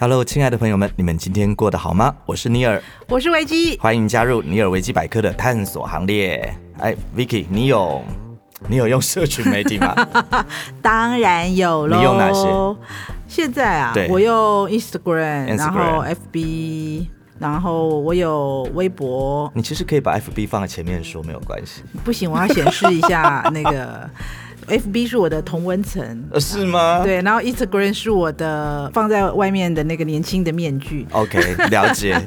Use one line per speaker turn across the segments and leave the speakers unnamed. Hello，亲爱的朋友们，你们今天过得好吗？我是尼尔，
我是维基。
欢迎加入尼尔维基百科的探索行列。哎，Vicky，你有你有用社群媒体 吗？
当然有喽。
你用哪些？
现在啊
对，
我用 Instagram，然后
Instagram
FB，然后我有微博。
你其实可以把 FB 放在前面说，没有关系。
不行，我要显示一下那 个 FB 是我的同温层。
呃，是吗？
对，然后 Instagram 是我的放在外面的那个年轻的面具，
，OK，了解。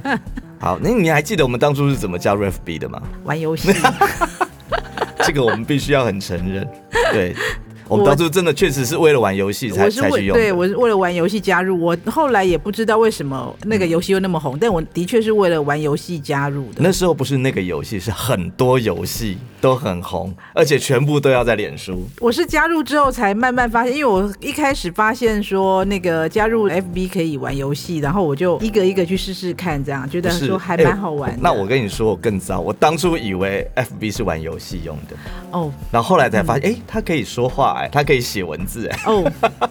好，那你还记得我们当初是怎么加入 FB 的吗？
玩游戏。
这个我们必须要很承 认。对，我们当初真的确实是为了玩游戏 才
我是
才去
为
用的。
对我是为了玩游戏加入，我后来也不知道为什么那
嗯
个游戏又那么红，但我的确是为了玩游戏加入的。
那时候不是那个游戏，是很多游戏都很红，而且全部都要在脸书。
我是加入之后才慢慢发现，因为我一开始发现说那个加入 FB 可以玩游戏，然后我就一个一个去试试看，这样觉得
不是
说还
哎
蛮好玩的。
那我跟你说，我更糟，我当初以为 FB 是玩游戏用的，
哦
然后后来才发现，哎、它可以说话、哎，它可以写文字、哎，
哦，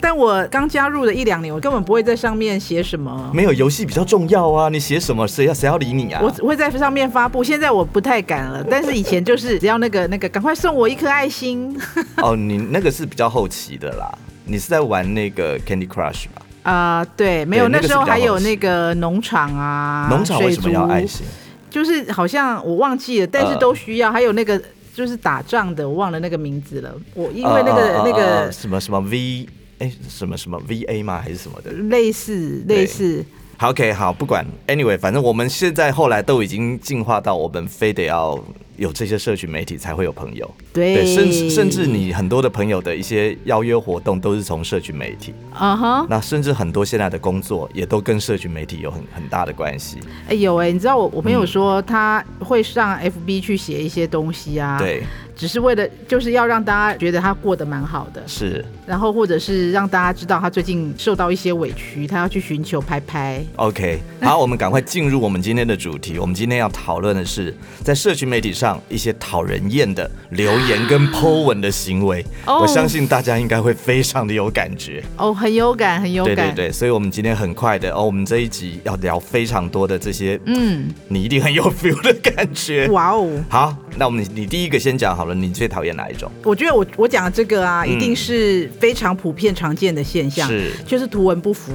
但我刚加入的一两年，我根本不会在上面写什么。
没有游戏比较重要啊！你写什么，谁要谁要理你嗯啊？
我只会在上面发布，现在我不太敢了。但是以前就是只要那个那个，赶快送我一颗爱心，
哦，你那个是比较后期的啦，你是在玩那个 Candy Crush 吧？
啊、对，没有，
对那
那
个是
时候
比较
还有
好吃
那个农场啊，
农场为什么要
水
爱
族？
心？
就是好像我忘记了，但是
呃
都需要。还有那个就是打仗的，我忘了那个名字了。我因为那个、
呃呃呃
那
呃
个
什么什么 V 哎什么什么 VA 吗？还是什么的？
类似
对
类似，
好 OK，好，不管，anyway，反正我们现在后来都已经进化到我们非得要有这些社群媒体才会有朋友，
对
甚至甚至你很多的朋友的一些邀约活动都是从社群媒体，
啊哈，
那甚至很多现在的工作也都跟社群媒体有很很大的关系，
哎有哎、你知道我我朋友说他会上 FB 去写一些东西啊，，
对，
只是为了就是要让大家觉得他过得蛮好的，
是
然后或者是让大家知道他最近受到一些委屈，他要去寻求拍拍。
OK，好，我们赶快进入我们今天的主题。我们今天要讨论的是，在社群媒体上一些讨人厌的留言跟 Po 文的行为。
哦
我相信大家应该会非常的有感觉。
哦，很有感，很有
对
感。
对对，所以我们今天很快的哦，我们这一集要聊非常多的这些，
嗯，
你一定很有 feel 的感觉。
哇哦！
好，那我们你第一个先讲好了，你最讨厌哪一种？
我觉得我我讲的这个啊，
嗯
一定是非常普遍常见的现象，
是
就是图文不符。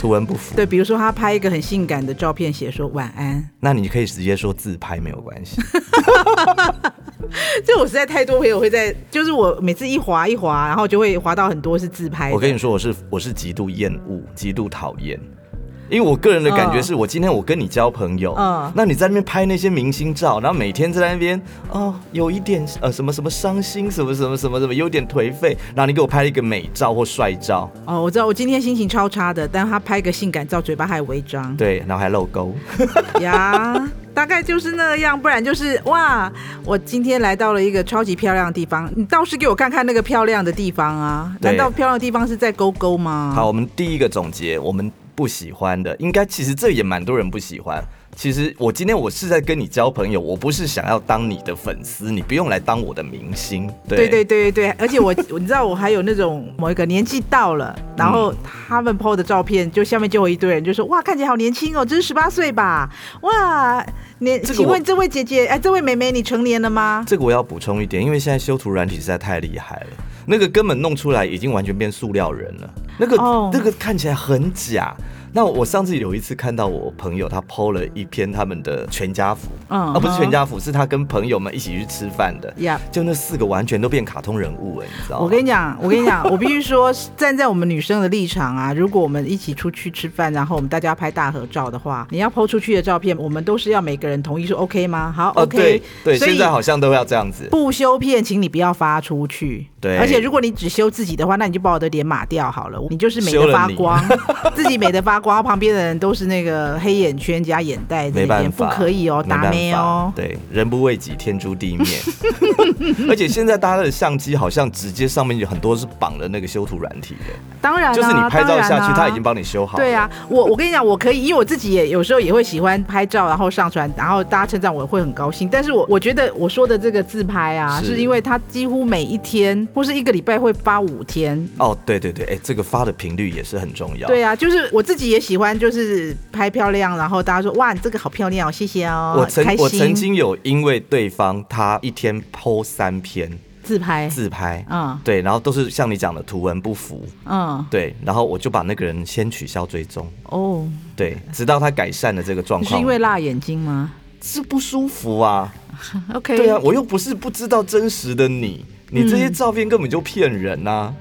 图文不符？
对，比如说他拍一个很性感的照片，写说晚安，
那你可以直接说自拍没有关系。
这我实在太多朋友会在，就是我每次一滑一滑，然后就会滑到很多是自拍的。
我跟你说，我是我是极度厌恶，极度讨厌。因为我个人的感觉
嗯
是我今天我跟你交朋友，
嗯
那你在那边拍那些明星照，然后每天在那边哦，有一点呃什么什么伤心，什么什么什么什么，有点颓废，然后你给我拍了一个美照或帅照，
哦，我知道我今天心情超差的，但他拍个性感照，嘴巴还微 张
对，然后还露沟，
呀。大概就是那样，不然就是哇！我今天来到了一个超级漂亮的地方，你倒是给我看看那个漂亮的地方啊！
对
难道漂亮的地方是在沟沟吗？
好，我们第一个总结，我们不喜欢的，应该其实这也蛮多人不喜欢。其实我今天我是在跟你交朋友，我不是想要当你的粉丝，你不用来当我的明星。
对对对对对， 而且我我你知道我还有那种某一个年纪到了，然
嗯
后他们 PO 的照片，就下面就有一堆人就说哇看起来好年轻哦，这是十八岁吧？哇，年
这个我
请问这位姐姐哎，这位妹妹你成年了吗？
这个我要补充一点，因为现在修图软体实在太厉害了，那个根本弄出来已经完全变塑料人了，那个、
哦
那个看起来很假。那我上次有一次看到我朋友他 PO 了一篇他们的全家福，
嗯
啊不是全
嗯
家福，是他跟朋友们一起去吃饭的
Yep
就那四个完全都变卡通人物哎、你知道吗？
我跟你讲，我跟你讲，我 必须说，站在我们女生的立场啊，如果我们一起出去吃饭，然后我们大家拍大合照的话，你要抛出去的照片，我们都是要每个人同意说 OK 吗？好
哦，
，OK、
对对，
所以
现在好像都要这样子。
不修片，请你不要发出去。
对
而且如果你只修自己的话，那你就把我的脸码掉好了，你就是美
修
得
了
发
你
光， 自己美得发光，旁边的人都是那个黑眼圈加眼袋在
没
那边，
办法，
不可以哦，
没办
打
法
咩哦。
对，人不为己，天诛 地灭。而且现在大家的相机好像直接上面有很多是绑了那个修图软体的，
当然、啊，
就是你拍照下去，
他
它已经帮你修好了。
对啊，我我跟你讲，我可以，因为我自己也有时候也会喜欢拍照，然后上传，然后大家称赞我会很高兴。但是我我觉得我说的这个自拍啊，
是
是因为他几乎每一天或是一个礼拜会发五天，
哦，对对对，哎，这个发的频率也是很重要。
对啊，就是我自己也喜欢就是拍漂亮，然后大家说哇，你这个好漂亮哦，谢谢哦，
我曾
开心
我曾经有因为对方他一天 PO 三篇
自拍，
自拍，
嗯
对，然后都是像你讲的图文不符，
嗯
对，然后我就把那个人先取消追踪，
哦，
对，直到他改善了这个状
你是
况，
因为辣眼睛吗
是不舒服啊，
？OK，
对啊，我又不是不知道真实的你，你这些
嗯
照片根本就骗人啊，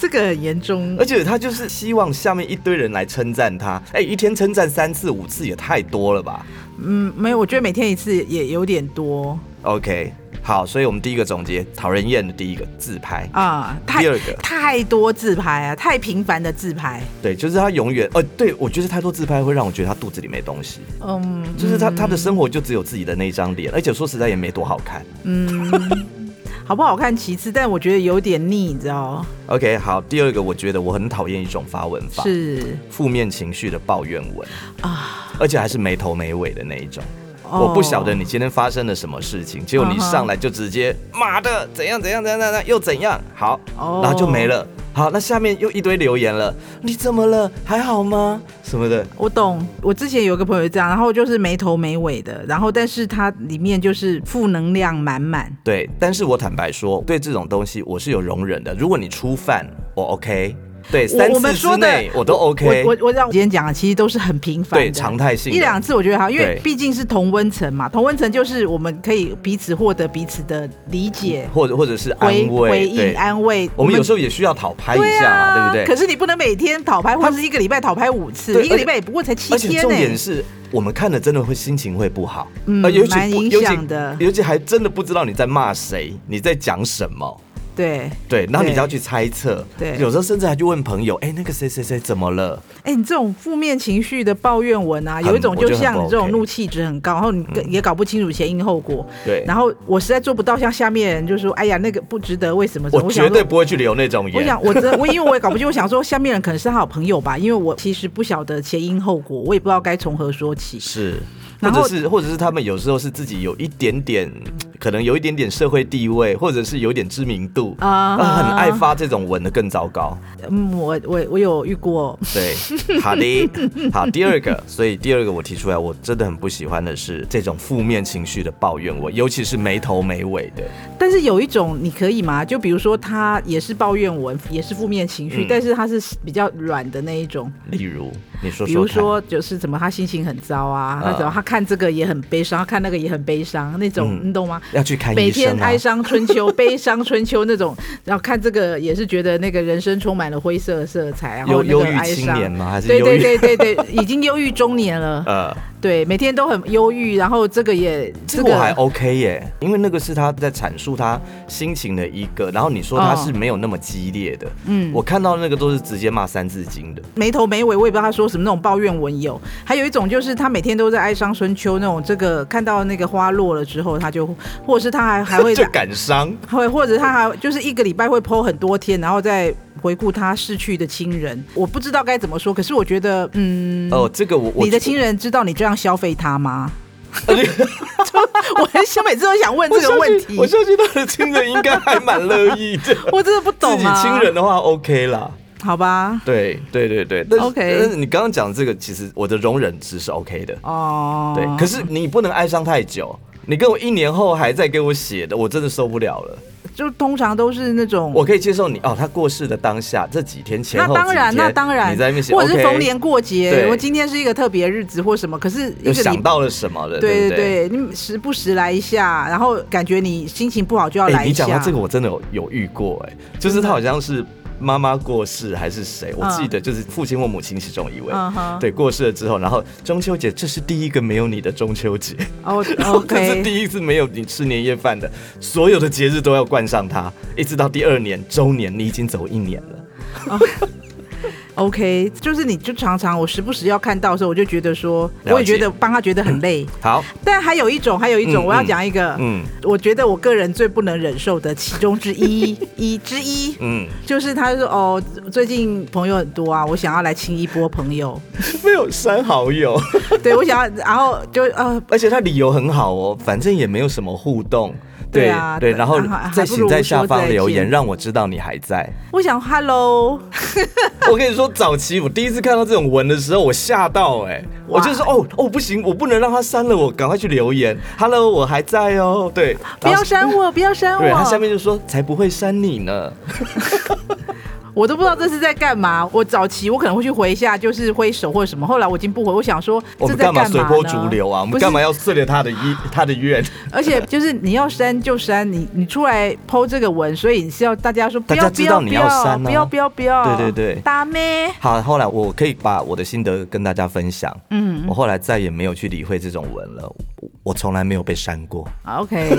这个很严重
而，且他就是希望下面一堆人来称赞他，哎、一天称赞三次五次也太多了吧
嗯，没有，我觉得每天一次也有点多
？OK，好，所以我们第一个总结，讨人厌的第一个自拍，
啊，太
第二个
太多自拍啊，太频繁的自拍，
对，就是他永远，呃，对我觉得太多自拍会让我觉得他肚子里没东西，
嗯，
就是他他的生活就只有自己的那一张脸，而且说实在也没多好看。
嗯 好不好看其次，但我觉得有点腻，你知道
OK，好，第二个我觉得我很讨厌一种发文法，
是
负面情绪的抱怨文
啊，
而且还是没头没尾的那一种。我不晓得
哦
你今天发生了什么事情，结果你
嗯哼
上来就直接妈的怎样怎样怎样怎样又怎样，好，
哦
然后就没了。好，那下面又一堆留言了，你怎么了？还好吗？什么的，
我懂，我之前有个朋友这样，然后就是没头没尾的，然后但是他里面就是负能量满满。
对。但是我坦白说，对这种东西我是有容忍的。如果你初犯，我 OK，对，
我
三
我
次
们
之
说
内
的
我都 OK。
我我我让我今天讲的其实都是很平凡的，
对常态性的
一两次我觉得好，因为
对
毕竟是同温层嘛，同温层就是我们可以彼此获得彼此的理解、
或者或者是安
回回
慰，
应、
对，
安慰。啊
我们有时
候
候也需要讨拍一下嘛，对不
可
对？
是你不能每天讨拍，或者是一个礼拜讨拍五次，
对
一个礼拜也不过才七
而且
天
重
呢、
点是我们看了真的会心情会不好，
嗯
呃尤其
蛮
不
影
尤其
响的
尤其还真的不知道你在骂谁，你在讲什么。
对，
对，然后你
对
就要去猜测，
对
有时候甚至还去问朋友，哎，那个谁谁谁怎么了？
哎、你这种负面情绪的抱怨文啊，
很
有一种
我
就
觉得很
像
不
你这种
OK 嗯
怒气值很高，然后你跟也搞不清楚前因后果。
对
然后我实在做不到，像下面人就说：“哎呀，那个不值得，为什么？”
我
想
绝对
说，
不会去留那种
我
言。
想，我真我因为我也搞不清，我想说下面人可能是他好朋友吧，因为我其实不晓得前因后果，我也不知道该从何说起。
是，或
然后
者是或者是他们有时候是自己有一点点，可能有一点点社会地位，或者是有点知名度
啊
很爱发这种文的更糟糕。
嗯，我我我有遇过，
对，好 的，好，第二个，所以第二个我提出来，我真的很不喜欢的是这种负面情绪的抱怨我，尤其是没头没尾的。
但是有一种你可以吗？就比如说他也是抱怨文，也是负面情绪，
嗯
但是他是比较软的那一种。
例如，你说
比
说
如
看，
说，就是怎么他心情很糟啊，他怎么
嗯
他看这个也很悲伤，他看那个也很悲伤，那种、
嗯
你懂吗？
要去看
每
医
天
生啊
哀。伤春秋，悲伤春秋那种，然后看这个也是觉得那个人生充满了灰色的色彩，然后
忧
那
忧
个
郁
哀
青
伤，
年吗？还是
对
忧
对
郁？
对对对，已经忧郁中年了，
呃，
对，每天都很忧郁，然后这个也
这个我还哦 OK 耶，因为那个是他在阐述他心情的一个，然后你说他
哦
是没有那么激烈的，
嗯
我看到那个都是直接骂《三字经》的，
没头没尾，我也不知道他说什么那种抱怨文有，还有一种就是他每天都在哀伤春秋那种，这个看到那个花落了之后，他就或者是他还还会
就感伤。
会，或者他还就是一个礼拜会剖很多天，然后再回顾他逝去的亲人。我不知道该怎么说，可是我觉得，嗯，
哦，这个我我
你的亲 人知道你这样消费他吗？
呃你
我很想每次都想问这个问题，
我
我
相信我相信他的亲人应该还蛮乐意的。
真的不 懂
自己
啊。
亲人，的话 OK 啦，
好吧，
对对对对，但是
OK
但是你刚刚讲这个，其实我的容忍值是 OK 的，
哦，
对。可是你不能哀伤太久，你跟我一年后还在给我写的，我真的受不了了。
就通常都是那种
我可以接受你哦，他过世的当下这几天前
那
后
当然，
几天
那当然，
你在那边写，
或者是
OK，
逢年过节，
对
我今天是一个特别日子或什么，可是一
又
个礼
想到了什么了，
对
不对？哎
对，你时不时来一下，然后感觉你心情不好就要
哎、
来
你
一
讲
下。
到这个，我真的有有遇过、哎，就是他好像是妈妈过世还是谁，我
嗯
记得就是父亲或母亲其中一位，
嗯哼
对，过世了之后，然后中秋节，这是第一个没有你的中秋节，
哦
然 后这是
，OK，
第一次没有你吃年夜饭的，所有的节日都要冠上它，一直到第二年周年，你已经走一年了。
OK，就是你就常常我时不时要看到的时候，我就觉得说，
了解
我也觉得帮他觉得很累。
好，
但还有一种，还有一种，
嗯
我要讲一个，
嗯
我觉得我个人最不能忍受的其中之 一一之一。
嗯，
就是他说哦，最近朋友很多啊，我想要来清一波朋友，
没有删好友，
对我想要，然后就呃
而且他理由很好哦，反正也没有什么互动，
对啊
对，
对
然后
然后还
再
不
请
如
在下
说
方
再
留言，
见
让我知道你还在。
我想，Hello，
我跟你说，早期我第一次看到这种文的时候，我吓到哎、我就说哦哦不行，我不能让他删了我，赶快去留言。Hello，我还在哦，对，
不
然
要
后
删我， 不要删
对，他下
我，
面就说才不会删你呢。
我都不知道这是在干嘛。我早期我可能会去回一下，就是挥手或者什么，后来我已经不回。我想说，
我
这
们
在
干嘛
嘛
随波
呢
逐流啊？我
不
们
是
干嘛要顺着他的意他的愿？
而且就是你要删就删，你你出来剖这个文，所以你是要大家说不
大
要
家
不
知道
要
你
不
要删啊
要不要不要不要，
对对对
打咩？
好，后来我可以把我的心得跟大家分享。
嗯
我后来再也没有去理会这种文了，我我从来没有被删过，
好，OK，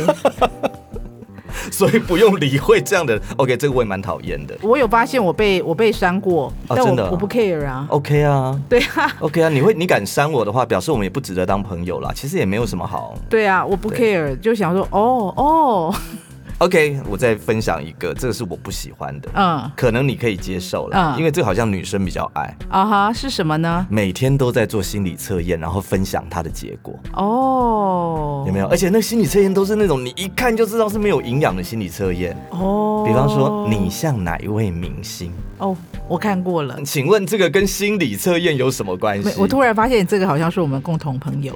所以不用理会这样的人。OK，这个我也蛮讨厌的。
我有发现我被我被删过，
哦
但
真的
我
啊
我不 care 啊，
OK 啊
对啊
，OK 啊，你会你敢删我的话，表示我们也不值得当朋友啦。其实也没有什么好。
对啊，我不 care，就想说哦哦，
OK，我再分享一个，这个是我不喜欢的，
嗯
可能你可以接受了，
嗯
因为这个好像女生比较爱，
啊哈是什么呢？
每天都在做心理测验，然后分享她的结果。
哦，
有没有？而且那心理测验都是那种你一看就知道是没有营养的心理测验。
哦，
比方说，你像哪一位明星？
哦，我看过了。
请问这个跟心理测验有什么关系
没，？我突然发现这个好像是我们共同朋友。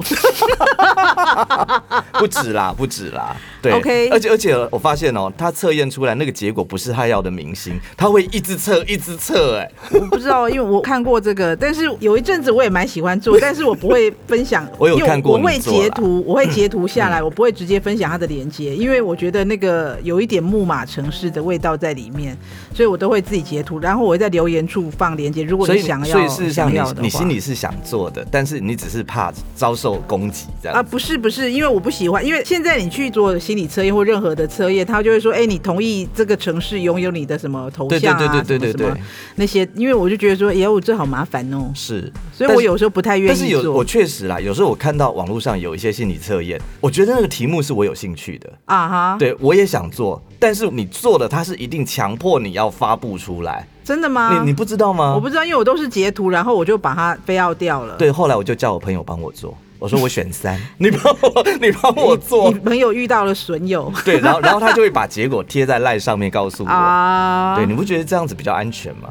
不止啦，不止啦。对
啊 OK
而且而且我发现哦，他测验出来那个结果不是他要的明星，他会一直测，一直测、哎，。
我不知道，因为我看过这个，但是有一阵子我也蛮喜欢做，但是我不会分享
我有
因为
看过
我会
你做啦
截 图，我会截图下来，我不会直接分享它的连接，因为我觉得那个有一点木马城市的味道在里面，所以我都会自己截图，然后我会在留言处放连接。如果
所
你
以
想要，
所以事实上
想
你
要的话
你心里是想做的，但是你只是怕遭受攻击这样。
啊，不是不是，因为我不喜欢，因为现在你去做心理测验或任何的测验，他就会说，哎、你同意这个城市拥有你的什么头
对对
像啊，
对对对对
什么
对
什么，那些，因为我就觉得说，哎呦，这好麻烦哦，
是。
所以
但
我
是
有时候不太愿
但
意
是
做。
有我确实啦，有时候我看到网络上有一些心理测验，我觉得那个题目是我有兴趣的，
啊哈，
对我也想做，但是你做了，它是一定强迫你要发布出来，
真的吗？
你你不知道吗？
啊我不知道，因为我都是截图，然后我就把它非要掉了。
对，后来我就叫我朋友帮我做，我说我选 三，你帮我，你帮
你，
我做
你。朋友遇到了损友
对，然后然后他就会把结果贴在赖上面告诉我。
啊，
对，你不觉得这样子比较安全吗？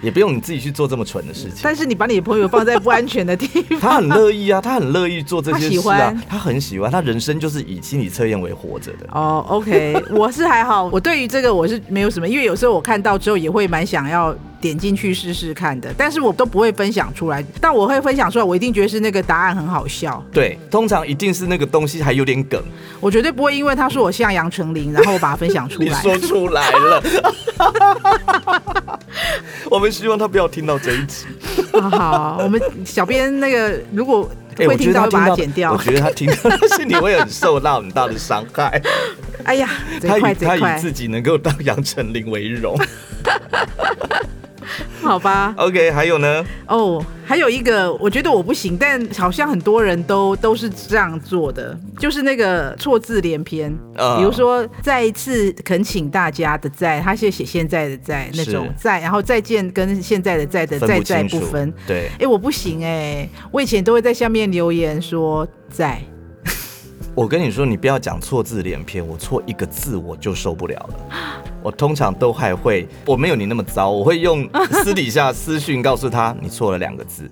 也不用你自己去做这么蠢的事情。
但是你把你的朋友放在不安全的地方，
他很乐意啊，他很乐意做这
他
些
喜
事啊
欢，
他很喜欢，他人生就是以心理测验为活着的。
哦、o k 我是还好，我对于这个我是没有什么，因为有时候我看到之后也会蛮想要点进去试试看的，但是我都不会分享出来，但我会分享出来，我一定觉得是那个答案很好笑，
对，通常一定是那个东西还有点梗，
我绝对不会因为他说我像杨丞琳，然后我把它分享 出
你
来。
说出来了。 我们希望他不要听到这一集。
啊好，我们小编那个如果
哎
会听到，会把它
的
剪掉
我。觉得他听到的是你会很受到很大的伤 害。
哎呀，
他
贼快
以
贼
他以
快，
自己能够当杨丞琳为荣。
好吧。
OK，还有呢？
哦，还有一个，我觉得我不行，但好像很多人都都是这样做的，就是那个错字连篇。
啊
比如说再一次恳请大家的再，他是写现在的在那种
是
在，然后再见跟现在的在的
分
再
不
在
清
不
楚。
分。
对，
哎、我不行哎、我以前都会在下面留言说在。
我跟你说，你不要讲错字连篇，我错一个字我就受不了了。我通常都还会，我没有你那么糟，我会用私底下私讯告诉他你错了两个字。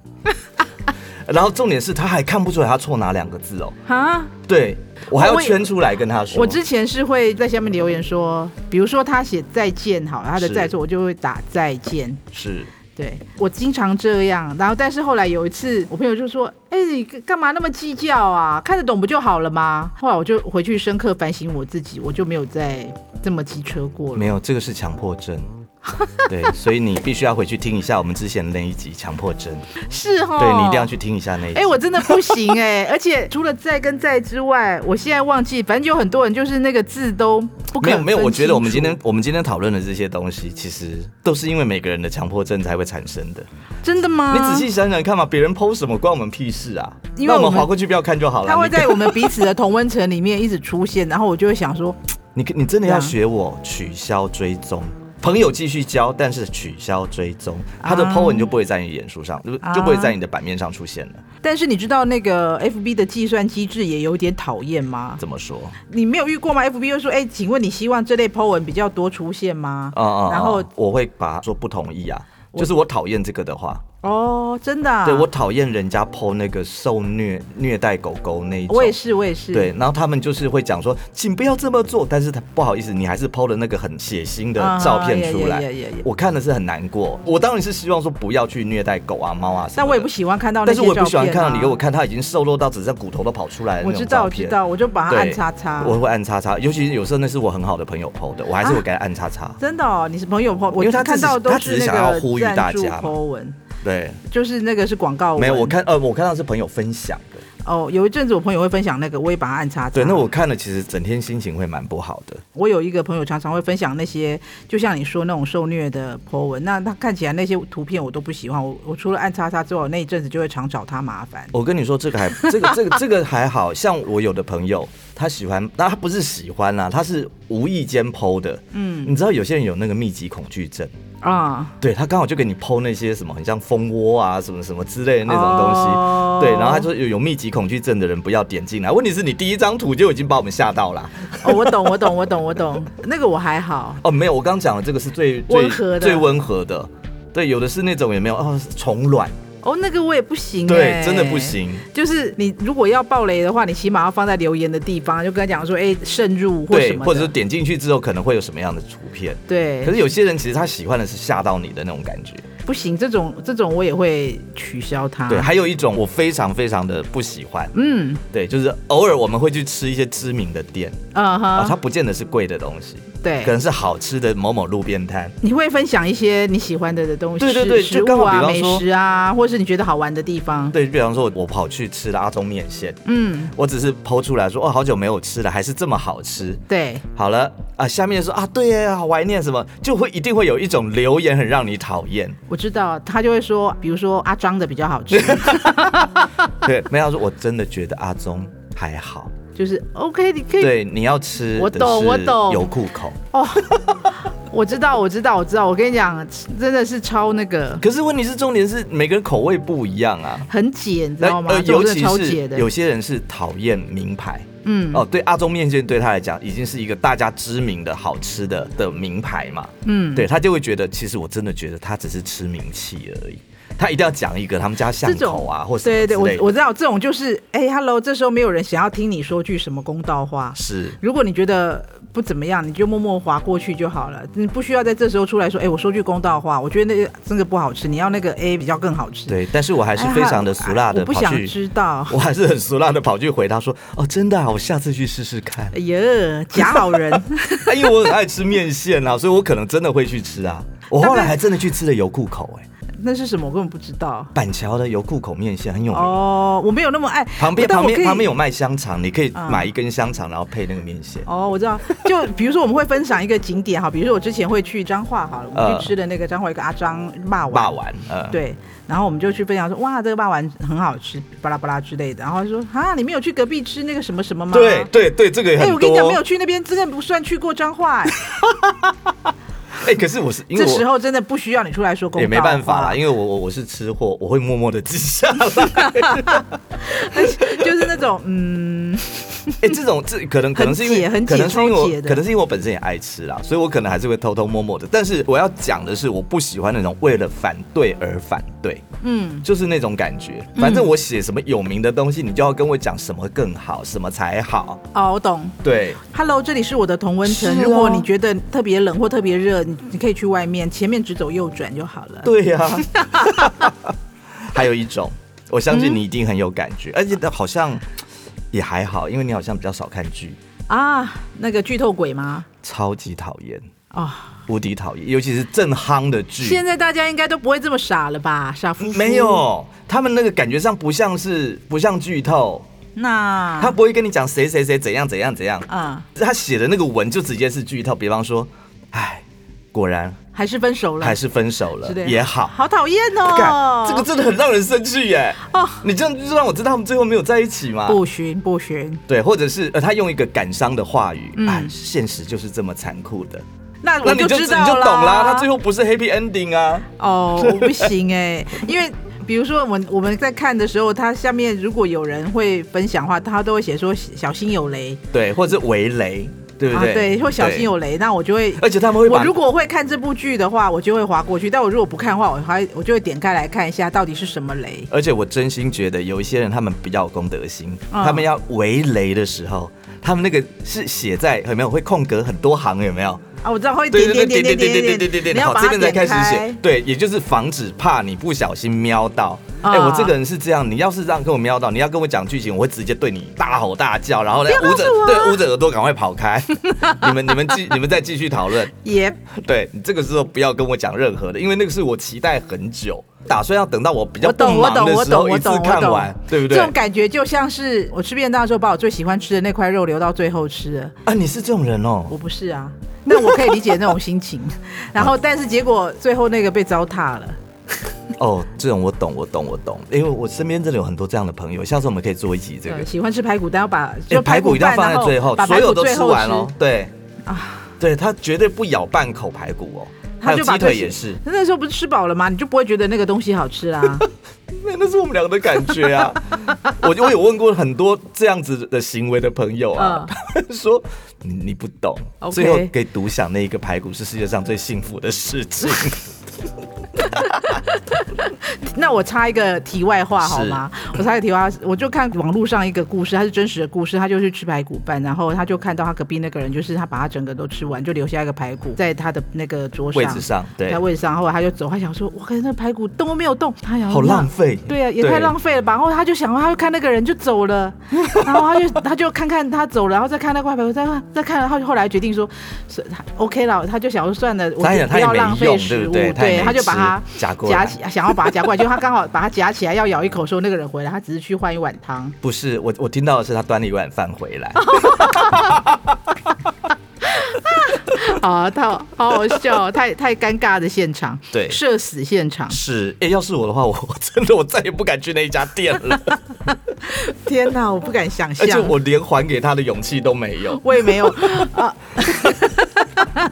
然后重点是他还看不出来他错哪两个字哦，
啊！
对我还要
我也
圈出来跟他说。
我之前是会在下面留言说，比如说他写再见好了，他的
是
再错我就会打再见，
是
对我经常这样，然后但是后来有一次，我朋友就说：“哎、你干嘛那么计较啊？看得懂不就好了吗？”后来我就回去深刻反省我自己，我就没有再这么机车过了
没。有，这个是强迫症。对，所以你必须要回去听一下我们之前那一集强迫症，
是哈，
对你一定要。去听一下那一集。
哎、我真的不行哎、而且除了在跟在之外，我现在忘记，反正有很多人就是那个字都不
没
肯
有没有，
分
我觉得我们
清
今
楚
天我们今天讨论的这些东西，其实都是因为每个人的强迫症才会产生的。
真的吗？
你仔细想想看嘛，别人 PO 什么关我们屁事啊？
啊因为
那我
我
们
们
划过去不要看就好了。
他会
你跟
在我们彼此的同温层里面一直出现，然后我就会想说，
你跟你真的要
这样
学我取消追踪。朋友继续交，但是取消追踪，他的
啊
po 文就不会在你脸书上，就
啊
就不会在你的版面上出现了。
但是你知道那个 FB 的计算机制也有点讨厌吗？
怎么说？
你没有遇过吗？FB 会说，哎、请问你希望这类 po 文比较多出现吗？
啊啊、啊
然后
我会把它说不同意啊，就是我讨厌这个的话，
哦，真的、啊？
对我讨厌人家剖那个受虐虐待狗狗那一种。
我也是，我也是。
对，，然后他们就是会讲说，请不要这么做，但是他不好意思，你还是剖了那个很血腥的照片出
啊也也也
来
也也，
我看的是很难过。我当然是希望说不要去虐待狗啊、猫啊什么的，
但我也不喜欢看到那
但
些
是
照
我
片、啊。
也不喜欢看到你给我看，它已经瘦弱到只剩骨头都跑出来的
我
那种
知道，
照
我知
片。
道，我就把它
对
按叉叉。
我会按叉叉，尤其是有时候那是我很好的朋友 PO 的，我还是
啊
会给他按叉叉。
真的哦，你是朋友 po，我
因为他
看
只是
到都
他只是
那
想
个
要呼吁大
赞助
家嘛
po 文，
对，
就是那个是广告文。
没有，我看呃，我看到是朋友分享的。
哦，有一阵子我朋友会分享那个，我也把它按叉叉。
对，那我看了其实整天心情会蛮不好的。
我有一个朋友常常会分享那些，就像你说那种受虐的 po 文，那他看起来那些图片我都不喜欢。我我除了按叉叉之后，那一阵子就会常找他麻烦。
我跟你说，这个还这个这个这个还好像我有的朋友，他喜欢，那他不是喜欢啦、他是无意间剖的。
嗯
你知道有些人有那个密集恐惧症，
啊，
对他刚好就给你剖那些什么很像蜂窝啊什么什么之类的那种东西。
哦
对，然后他说有有密集恐惧症的人不要点进来。问题是你第一张图就已经把我们吓到了。
哦，我懂，我懂，我懂，我懂， 那个我还好。
哦，没有，我刚讲的这个是最
温
最
和的
最温和的。对，有的是那种也没有哦，虫卵，
哦，那个我也不行、
对，
欸
真的不。行。
就是你如果要爆雷的话，你起码要放在留言的地方，就跟他讲说，哎、慎入或什
对，
么的，
或者是点进去之后可能会有什么样的图片？
对，
可是有些人其实他喜欢的是吓到你的那种感觉。
不行，这种这种我也会取消它。
对，还有一种我非常非常的不喜欢，
嗯，
对，就是偶尔我们会去吃一些知名的店
嗯哼，
啊，它不见得是贵的东西，可
对，
能是好吃的某某路边摊。
你会分享一些你喜欢的的东西，
对对对
食
就刚
物
好比
啊、
方
美
说
食啊，或是你觉得好玩的地方。
对，比方说我跑去吃了阿中面线，
嗯，
我只是剖出来说哦，好久没有吃了，还是这么好吃。
对，好
好了啊，下面说啊，对耶，好怀念什么，就会一定会有一种留言很让你讨 厌。
我知道，他就会说，比如说阿张的比较好 吃，
对，没有说我真的觉得阿中还好。
就是 OK，你可以。
对，你要吃
我
的
懂
是
我懂
油库口。
我知道，我知道，我知道。我跟你讲，真的是超那个
可是问题是，重点是每个人口味不一样啊。呃
很解，你知道吗？这种
哎尤
真的
其
超解
是
的。
有些人是讨厌名牌
嗯，
哦，对，阿中面线对他来讲已经是一个大家知名的好吃的的名牌嘛，
嗯，
对他就会觉得，其实我真的觉得他只是吃名气而已，他一定要讲一个他们家巷
这种
口啊，或什么
对对
之
对，我
类的
我知道这种就是，哎、h e l l o 这时候没有人想要听你说句什么公道话。
是
如果你觉得不怎么样，你就默默划过去就好了，你不需要在这时候出来说，哎、我说句公道话，我觉得那个真的不好吃，你要那个 A 比较更好吃。，
对，但是我还是非常的俗辣的
哎我不
跑
想
去，
知道。
我还是很俗辣的跑去回他说，哦，真的、啊，我下次去试试看，
哎呀，假好人，
因为我很爱吃面线啊，所以我可能真的会去吃啊，我后来还真的去吃了油库口、哎，
那是什么？我根本不知道。
板桥的油库口面线很有名。
哦，我没有那么爱。
旁边
但
旁
我可
边
以嗯
旁边有卖香肠，你可以买一根香肠，然后配那个面线。
哦，我知道，就比如说我们会分享一个景点哈，比如说我之前会去彰化好了，我们
呃
去吃的那个彰化有个阿张霸王
霸丸，呃，
对，然后我们就去分享说，哇，这个霸王很好吃，巴拉巴拉之类的。然后他说，啊，你没有去隔壁吃那个什么什么吗？
对对对，这个也
哎、
很多。
我跟你讲，没有去那边，真的不算去过彰化、哎
哎，可是我是因为
这时
我
候真的不需要你出来说公道
也没办法啦，
话，
因为我我我是吃货，我会默默的记下来。
就是那种嗯，
哎，这种这可能可能是因
很解
为
很
可
解
能是因为
超解
我
的
可能是因为我本身也爱吃啦，所以我可能还是会偷偷摸摸的。但是我要讲的是，我不喜欢那种为了反对而反对。
嗯，
就是那种感觉，反正我写什么有名的东西，你就要跟我讲什么更好，什么才好。
哦，我懂。
对，
Hello，这里是我的同温层。
是哦
如果你觉得特别冷或特别热，你你可以去外面，前面只走右转就好了。
对呀、 还有一种，我相
嗯
信你一定很有感觉，而且好像也还好，因为你好像比较少看剧，
啊，那个剧透鬼吗？
超级讨厌，
啊、
无敌讨厌，尤其是正夯的剧
现，在大家应该都不会这么傻了吧？傻乎乎
嗯没，有他们那个感觉上不像是不像剧透，
那
他不会跟你讲谁谁谁怎样怎样怎样，
啊、
他写的那个文就直接是剧透，比方说，哎，果然
还是分手了，
还是分手
之
了
类的
也好。
好讨厌哦
干，！这个真的很让人生气耶！
哦
你这样就让我知道他们最后没有在一起嘛？
不寻不寻。
对，或者是呃，他用一个感伤的话语，
嗯
啊，现实就是这么残酷的，
那
那
我
你就
知道
你就懂啦，他最
后
后不是 happy ending 啊，
哦，我不行哎、因为比如说我们我们在看的时候，它下面如果有人会分享的话，他都会写说小心有雷，
对，或者是围雷，对不对？
啊，对，或小心。有雷，那我就会。
而且他们会
我
把
如果会看这部剧的话，我就会划过去；但我如果不看的话，我还我就会点开来看一下到底是什么雷。
而且我真心觉得有一些人他们比较有公德心，
嗯
他们要围雷的时候，他们那个是写在有没有会空格很多行有没有？
啊，我知道会
对
点
对对
点点
对
点
对对对
点
对对对
点你
对，
要
好，
把
这
它
边才
点
开始
开
写，。对，也就是防止怕你不小心瞄到。
嗯
哎、我这个人是这样，你要是让跟我瞄到，你要跟我讲剧情，我会直接对你大吼大叫，然后呢
不
捂
要，告诉
着
我啊
对捂着耳朵赶快跑开。 你们你们继你们再继续讨论。
也
对你这个时候不要跟我讲任何的，因为那个是我期待很久，打算要等到我比较
我
不
懂我
忙
懂
的
我
时候
懂
一
我
次
懂我
看
懂
完，对不对
这？种感觉就像是我吃便当的时候，把我最喜欢吃的那块肉留到最后吃了。
啊，你是这种人哦。
我不是啊，但 我可以理解那种心情。然后，但是结果最后那个被糟蹋了。
哦，这种我懂，我懂，我懂，因为我身边真的有很多这样的朋友，下次我们可以做一集这个
对，。呃喜欢吃排骨，但要把
哎
就
排骨一定要
饭
放在最
然
后，
把
所
排
有
骨
都
最
吃
后
完哦。对
啊，
对他绝对不咬半口排骨哦，还
他
有
就
鸡
把
腿也是。
那那时候不是吃饱了吗？你就不会觉得那个东西好 吃啦。
那那是我们两个的感觉啊。我我有问过很多这样子的行为的朋
嗯
友 啊，他们 说你你不懂
OK
最后给独享那一个排骨是世界上最幸福的事 情。
那我插一个题外话好吗？我插一个题外话，我就看网络上一个故事，它是真实的故事，他就去吃排骨饭，然后他就看到他隔壁那个人，就是他把他整个都吃完，就留下一个排骨在他的那个桌上，
位置上对
在，位置上，后来他就走，他想说，我看那排骨动都没有动，他想说
好浪。费。
对啊，也太浪费了吧！然后他就想，他就看那个人就走 了，然后他就他就看看他走了，然后再看那块排骨，再看再看，然后后来决定说，是他 OK 了，他就想说算了，我
他也
就不
他也
要
没
浪费
用，对
食物，
不对？也没
他就把
吃
它
夹过
夹
来。
起，想要把它夹过来，就他刚好把它夹起来要咬一口的时候，那个人回来，他只是去换一碗 汤。
不是我，我听到的是他端了一碗饭回 来。
啊，太好好笑，太太尴尬的现场，
对
社死现场，
是，哎、要是我的话，我我真的我再也不敢去那一家店了，
天哪，我不敢 想
而且
象，
我连还给他的勇气都没 有。
我也没 有啊，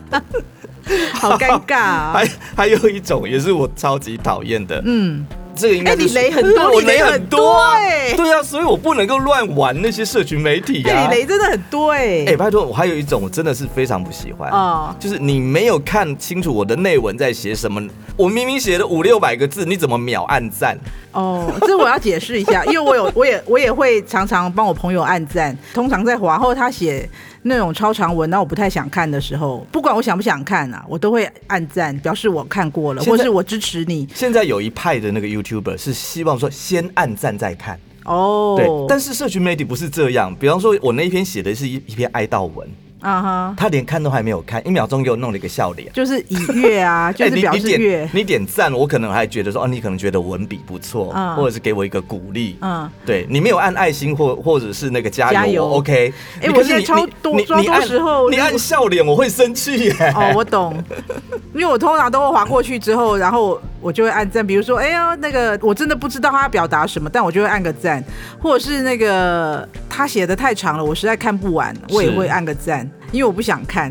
好尴尬、啊。
还还有一种也是我超级讨厌的，
嗯，
这个应该
哎
就
你
是、
雷很 多
我
你
雷
雷
很
很
多啊，
多哎
对啊，所以我不能够乱玩那些社群媒体
哎、
啊。
你雷真的很多哎、
哎、拜托，我还有一种我真的是非常不喜欢
哦
就是你没有看清楚我的内文在写什么，我明明写了五六百个字，你怎么秒按赞？
哦，这我要解释一下，因为我有， 我也，我也会常常帮我朋友按赞。通常在华后他写那种超长文，那我不太想看的时候，不管我想不想看啊，我都会按赞，表示我看过了，
现在
或是我支持你。
现在有一派的那个 YouTuber 是希望说先按赞再看，
哦，
对，但是社群媒体不是这样，比方说我那一篇写的是一一篇哀悼文，
啊哈，
他连看都还没有看，一秒钟给我弄了一个笑脸。
就是以阅啊，就
哎，
是
你
表
你
示
点
阅。
你点赞，我可能还觉得说，哦，你可能觉得文笔不错，
嗯
或者是给我一个鼓励。
嗯，
对你没有按爱心或或者是那个加油
加油
我，OK 你。
哎
可
我
是
现在
你
超
你
多
你
超
你
多
按
时候
你
如
按
果
笑脸我会生气耶。
哦，我懂，因为我通常都会划过去之后，然后我就会按赞，比如说，哎呀，那个我真的不知道他要表达什么，但我就会按个赞，或者是那个他写的太长了，我实在看不完，我也
是
会按个 赞，因为我不想看。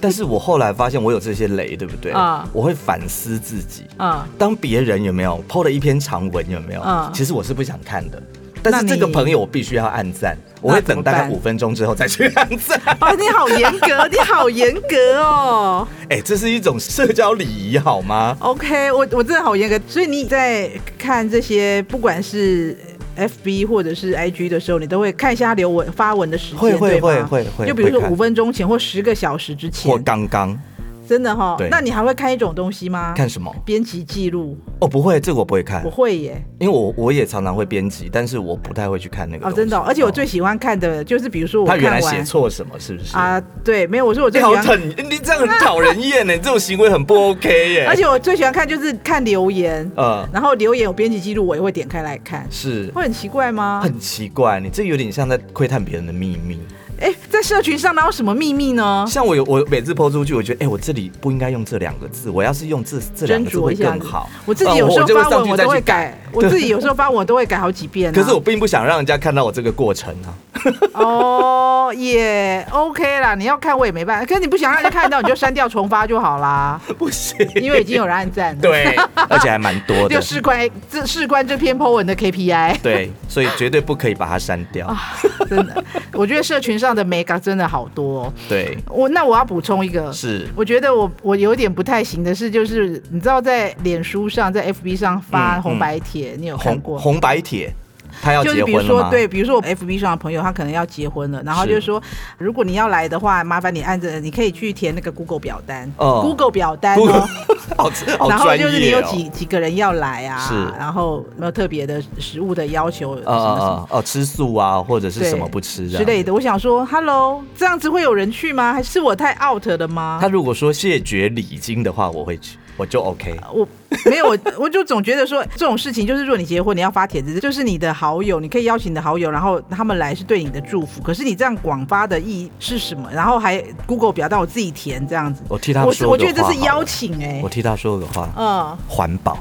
但是我后来发现我有这些雷，对不对？
啊
我会反思自己。
嗯，
当别人有没有 PO 了一篇长文，有没有？
嗯
其实我是不想看的，但是
那
这个
你
朋友我必须要按赞，我会
那怎
等
么
大概
办
五分钟之后再去按赞。
哦，你好严格，你好严格哦。
哎、这是一种社交礼仪好吗？
OK，我我真的好严格，所以你在看这些，不管是。F B 或者是 I G 的时候，你都会看一下他留文发文的时间，
会会
对吗
会会会
就比如说
会看
五分钟前或十个小时之前，
或刚刚
真的哈、
对
那你还会看一种东西吗？
看什么？
编辑记录，
哦，不会，这个我不会看
我，会耶。
因为我我也常常会编辑，但是我不太会去看那个东
哦，
西。
真的哦、而且我最喜欢看的就是，比如说
哦
我
他
看
原来
完
写错什么是不是？
啊，对，啊没有，我说我
你
最喜
好
欢，
讨，你这样很讨人厌 呢，你这种行为很不 OK 耶。
而且我最喜欢看就是看留言，
呃，
然后留言有编辑记录，我也会点开来看，
是
会很奇怪吗？
很奇怪，你这有点像在窥探别人的秘密。
哎，在社群上哪有什么秘密呢？
像我有我每次抛出去，我觉得哎、我这里不应该用这两个字，我要是用这这两
斟
个字
酌
会
一下
更好。
我自
呃
己有时候
就
发
上
文
去
我
再
都
去
会改，我自己有时候发文我都会改好几遍、啊。
可是我并不想让人家看到我这个过程啊。
哦，也 OK 啦。你要看我也没办法，可是你不想让人家看到，你就删掉重发就好啦，
不行，
因为已经有人按赞了。，
对，而且还蛮多
就
的，
事关这事关这篇 po 文的 KPI
对，所以绝对不可以把它删掉。
啊， 真的，我觉得社群上的 mega 真的好多哦、
对，
我那我要补充一个，
是，
我觉得我我有点不太行的是，就是你知道在脸书上、在 FB 上发
嗯嗯
红白帖，你有看
红
过吗？
红白帖，他要
就
结
是比如
婚了
说，
吗？
对，比如说我 FB 上的朋友，他可能要结婚了，然后
是
就说，如果你要来的话，麻烦你按着，你可以去填那个 Google 表单、
哦
g o o g l e 表单
不，
哦。
好好
然后
专
就是你
业
有
哦。
几几个人要来
是
啊，然后有没有特别的食物的要求什
啊
么什
啊
么
啊！哦，吃素啊，或者是
对
什么不吃这
之
样
类的。我想说，Hello，这样子会有人去吗？还是我太 out 了吗
他？如果说谢绝礼金的话，我会去，我就 OK。
我没有，我 我就总觉得说这种事情，就是如果你结婚，你要发帖子，就是你的好友，你可以邀请你的好友，然后他们来是对你的祝福。可是你这样广发的意义是什么？然后还 Google 表单我自己填这样子，
我替他
我
说
我
个
觉得这
话
是
好
邀
了
请哎、
我替他说个话，
嗯，
环保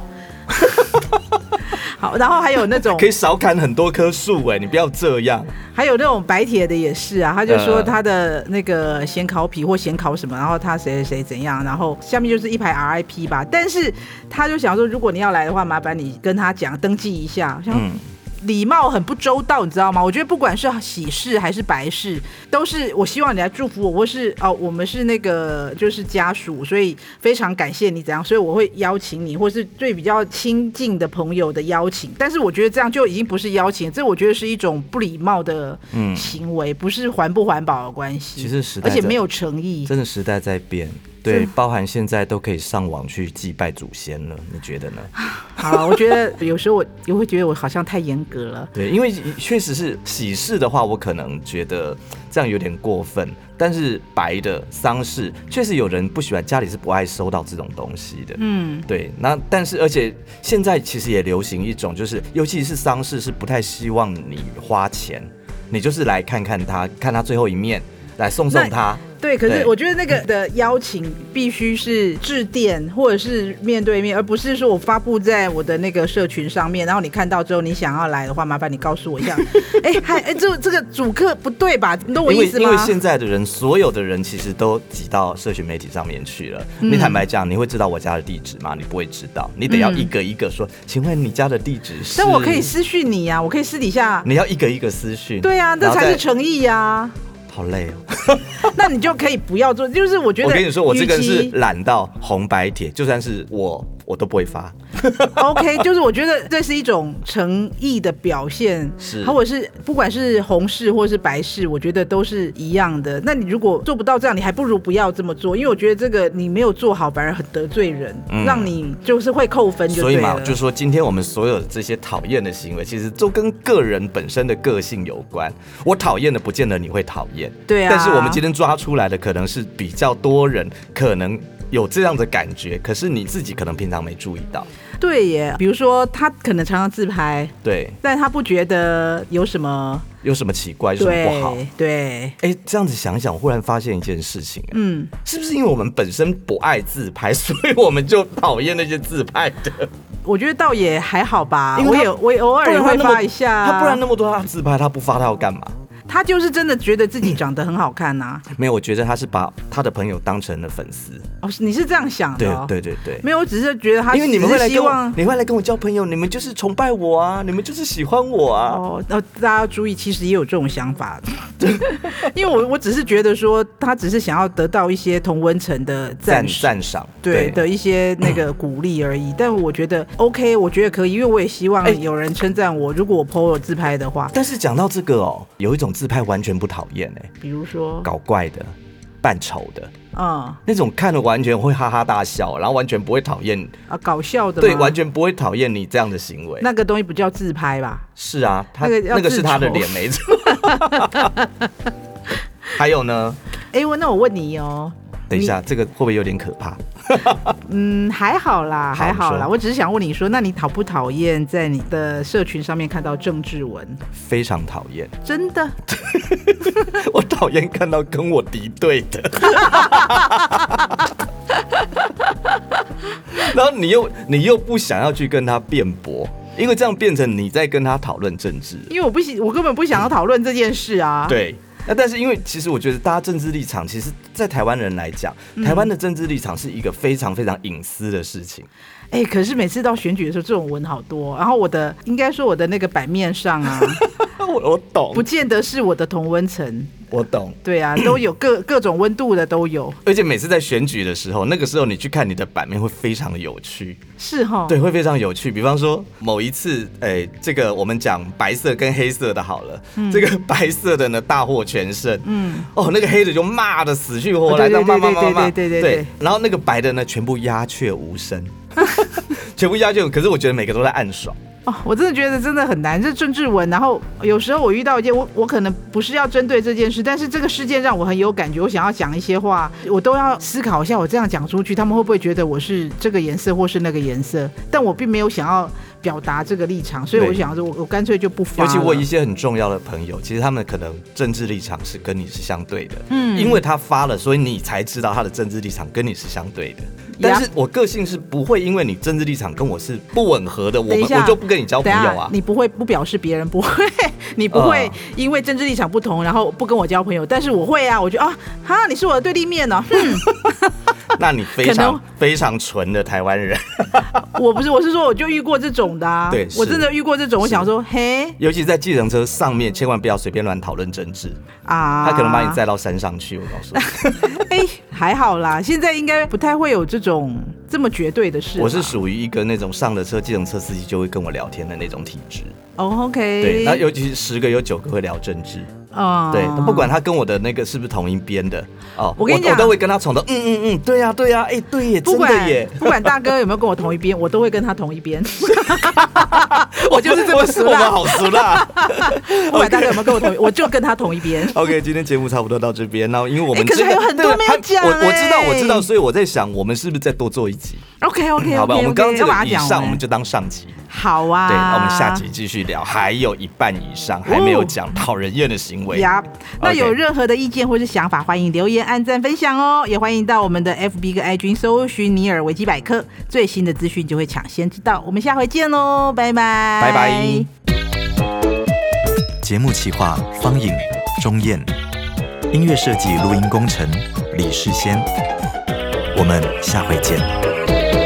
好，然后还有那种
可以少砍很多棵树哎，你不要这样。
还有那种白帖的也是啊，他就说
呃
他的那个咸烤皮或咸烤什么，然后他谁谁谁怎样，然后下面就是一排 RIP 吧。但是他就想说，如果你要来的话，麻烦你跟他讲登记一下。像
嗯
礼貌很不周到，你知道吗？我觉得不管是喜事还是白事，都是我希望你来祝福我，或是哦，我们是那个就是家属，所以非常感谢你怎样，所以我会邀请你，或是对比较亲近的朋友的邀请。但是我觉得这样就已经不是邀请，这我觉得是一种不礼貌的
嗯
行为，不是环不环保的关系。
其实时代
而且
在
没有诚意。
真的时代在变，对，
真
包含现在都可以上网去祭拜祖先了，你觉得呢？
好了，我觉得有时候我也会觉得我好像太严格了。
对，因为确实是喜事的话，我可能觉得这样有点过分，但是白的丧事确实有人不喜欢，家里是不爱收到这种东西的。
嗯，
对，那但是而且现在其实也流行一种，就是尤其是丧事是不太希望你花钱，你就是来看看他，看他最后一面，来送送
那
他。
对，可是
对
我觉得那个的邀请必须是致电或者是面对面，而不是说我发布在我的那个社群上面，然后你看到之后你想要来的话，麻烦你告诉我一 下。哎、还哎、这这个主客不对吧？你懂我
因为
意思
因为
吗？
现在的人，所有的人其实都挤到社群媒体上面去了。
嗯
你坦白讲，你会知道我家的地址吗？你不会知道，你得要一个一个说，请问你家的地址是？
但我可以，私讯你啊呀、我可以私底下。
你要一个一个私讯。
对呀、
嗯
这
然后
才
再
是诚意呀、
好累哦。
那你就可以不要做，就是我觉得
我
与其，
跟你说，我这个人是懒到红白帖，就算是我，我都不会发。
OK，就是 我觉得这是一种诚意的表现，
是
或者是不管是红事或是白事，我觉得都是一样的。那你如果做不到这样，你还不如不要这么做，因为我觉得这个你没有做好，反而很得罪人，
嗯
让你就是会扣分就
所
对
以
了。
嘛，我就说今天我们所有的这些讨厌的行为，其实都跟个人本身的个性有关。我讨厌的，不见得你会讨厌。
对啊。
但是我们今天抓出来的可能是比较多人可能有这样的感觉，可是你自己可能平常没注意到。
对耶，比如说他可能常常自拍，
对，
但他不觉得有什么
有什么奇怪，有什么不好？
对对，
哎，这样子想一想，我忽然发现一件事情，哎
嗯。
是不是因为我们本身不爱自拍，所以我们就讨厌那些自拍 的？
我觉得倒也还好吧，
因为
我
他
也我也偶尔
不
也
然他
会
那么
发一下啊。
他不然那么多他自拍，他不发他要干嘛？
他就是真的觉得自己长得很好看呐、
没有，我觉得他是把他的朋友当成了粉丝。
哦，是你是这样想
对
的、哦？
对对对。
没有，我只是觉得他
因为你们
只
会
是
来
希
跟
望
我，你会来跟我交朋友，你们就是崇拜我啊，你们就是喜欢我啊。
哦，那大家要注意，其实也有这种想法， 因为我我只是觉得说，他只是想要得到一些同温层的
赞
赞赏。
赞赏，
对的一些那个鼓励而已，但我觉得 OK，我觉得可以，因为我也希
哎
望有人称赞我。如果我 PO 了自拍的话，
但是讲到这个哦，有一种自拍完全不讨厌哎，
比如说，
搞怪的、扮丑的
嗯啊
那种，看了完全会哈哈大笑，然后完全不会讨厌，
啊搞笑的吗，
对，完全不会讨厌你这样的行为。
那个东西不叫自拍吧？
是啊，他
那个要
那个是他的
自丑
脸没错。 还有呢，
哎，我那我问你哦，
等一下，这个会不会有点可怕？
嗯，还好啦，
好
还好
你
啦。
说
我只是想问你说，那你讨不讨厌在你的社群上面看到郑志文？
非常讨厌，
真的，
我讨厌看到跟我敌对的。 然后你又你又不想要去跟他辩驳，因为这样变成你在跟他讨论政治。
因为我不喜，我根本不想要讨论这件事啊。，
对，那但是因为其实我觉得大家政治立场，其实在台湾人来讲，台湾的政治立场是一个非常非常隐私的事情。
哎、可是每次到选举的时候，这种文好多。然后我的，应该说我的那个版面 上啊，
我我懂
不，见得是我的同温层。
我懂。
对啊，都有各各种温度的都有，
而且每次在选举的时候，那个时候你去看你的版面会非常的有趣，
是哈。
对，会非常有趣。比方说某一次，哎，这个我们讲白色跟黑色的好了，
嗯
这个白色的呢大获全胜，嗯，哦，那个黑的就骂的死去活来，
对
这样
对
骂骂骂骂骂，
对对对对对
然后那个白的呢全部鸦雀无声， 全部鸦雀无，可是我觉得每个都在暗爽。
哦，我真的觉得真的很难，这政治文。然后有时候我遇到一件，我我可能不是要针对这件事，但是这个事件让我很有感觉，我想要讲一些话，我都要思考一下，我这样讲出去，他们会不会觉得我是这个颜色或是那个颜色？但我并没有想要表达这个立场，所以我
对
想说，我我干脆就不发
尤
了。
其我一些很重要的朋友，其实他们可能政治立场是跟你是相对的，嗯，因为他发了，所以你才知道他的政治立场跟你是相对的。但是我个性是不会因为你政治立场跟我是不吻合的，我
等
们
一下
我就不跟你交朋
等一
友
下
啊。
你不会不表示别人不会， 你不会因为政治立场不同，然后不跟我交朋友。但是我会啊，我觉得啊，哈，你是我的对立面哦呢、
那你非
可能
常非常纯的台湾人，
我不是，我是说我就遇过这种的啊。
对
我
是
真的遇过这种，我想说，嘿
尤其在计程车上面，千万不要随便乱讨论政治，
啊，
他可能把你载到山上去。我告 诉你，
哎、还好啦，现在应该不太会有这种这么绝对的事啦。
我是属于一个那种上了车计程车司机就会跟我聊天的那种体质。
哦，OK，
对，那尤其是十个有九个会聊政治。
啊
对，不管他跟我的那个是不是同一边的哦，
我跟你讲
我都会跟他重头，嗯嗯嗯，对呀、对呀、哎、对耶，
不
真
管
的耶，
不管大哥有没有跟我同一边，我都会跟他同一边。我就是 这么
我
俗
我们
辣，
好俗辣。
不管大哥有没有跟我同一，我就跟他同一边。
OK，今天节目差不多到这边，那因为我
哎
们
可是
这个
还有很多
对
没有
还
讲
我我知道
哎
我知道，所以我在想，我们是不是再多做一集？
OK OK，
好吧，我们刚刚这
要把它
个以
讲
上
完
我们就当上集，
好啊。哦
对，那我们下集继续聊，还有一半以上还没有讲讨人厌的行为。
呀那
OK
有任何的意见或是想法，欢迎留言、按赞、分享哦。也欢迎到我们的 FB 跟 IG 搜寻“尼尔维基百科”，最新的资讯就会抢先知道。我们下回见喽，拜拜，
拜拜。节目企划方颖、钟燕，音乐设计、录音工程李世先。我们下回见。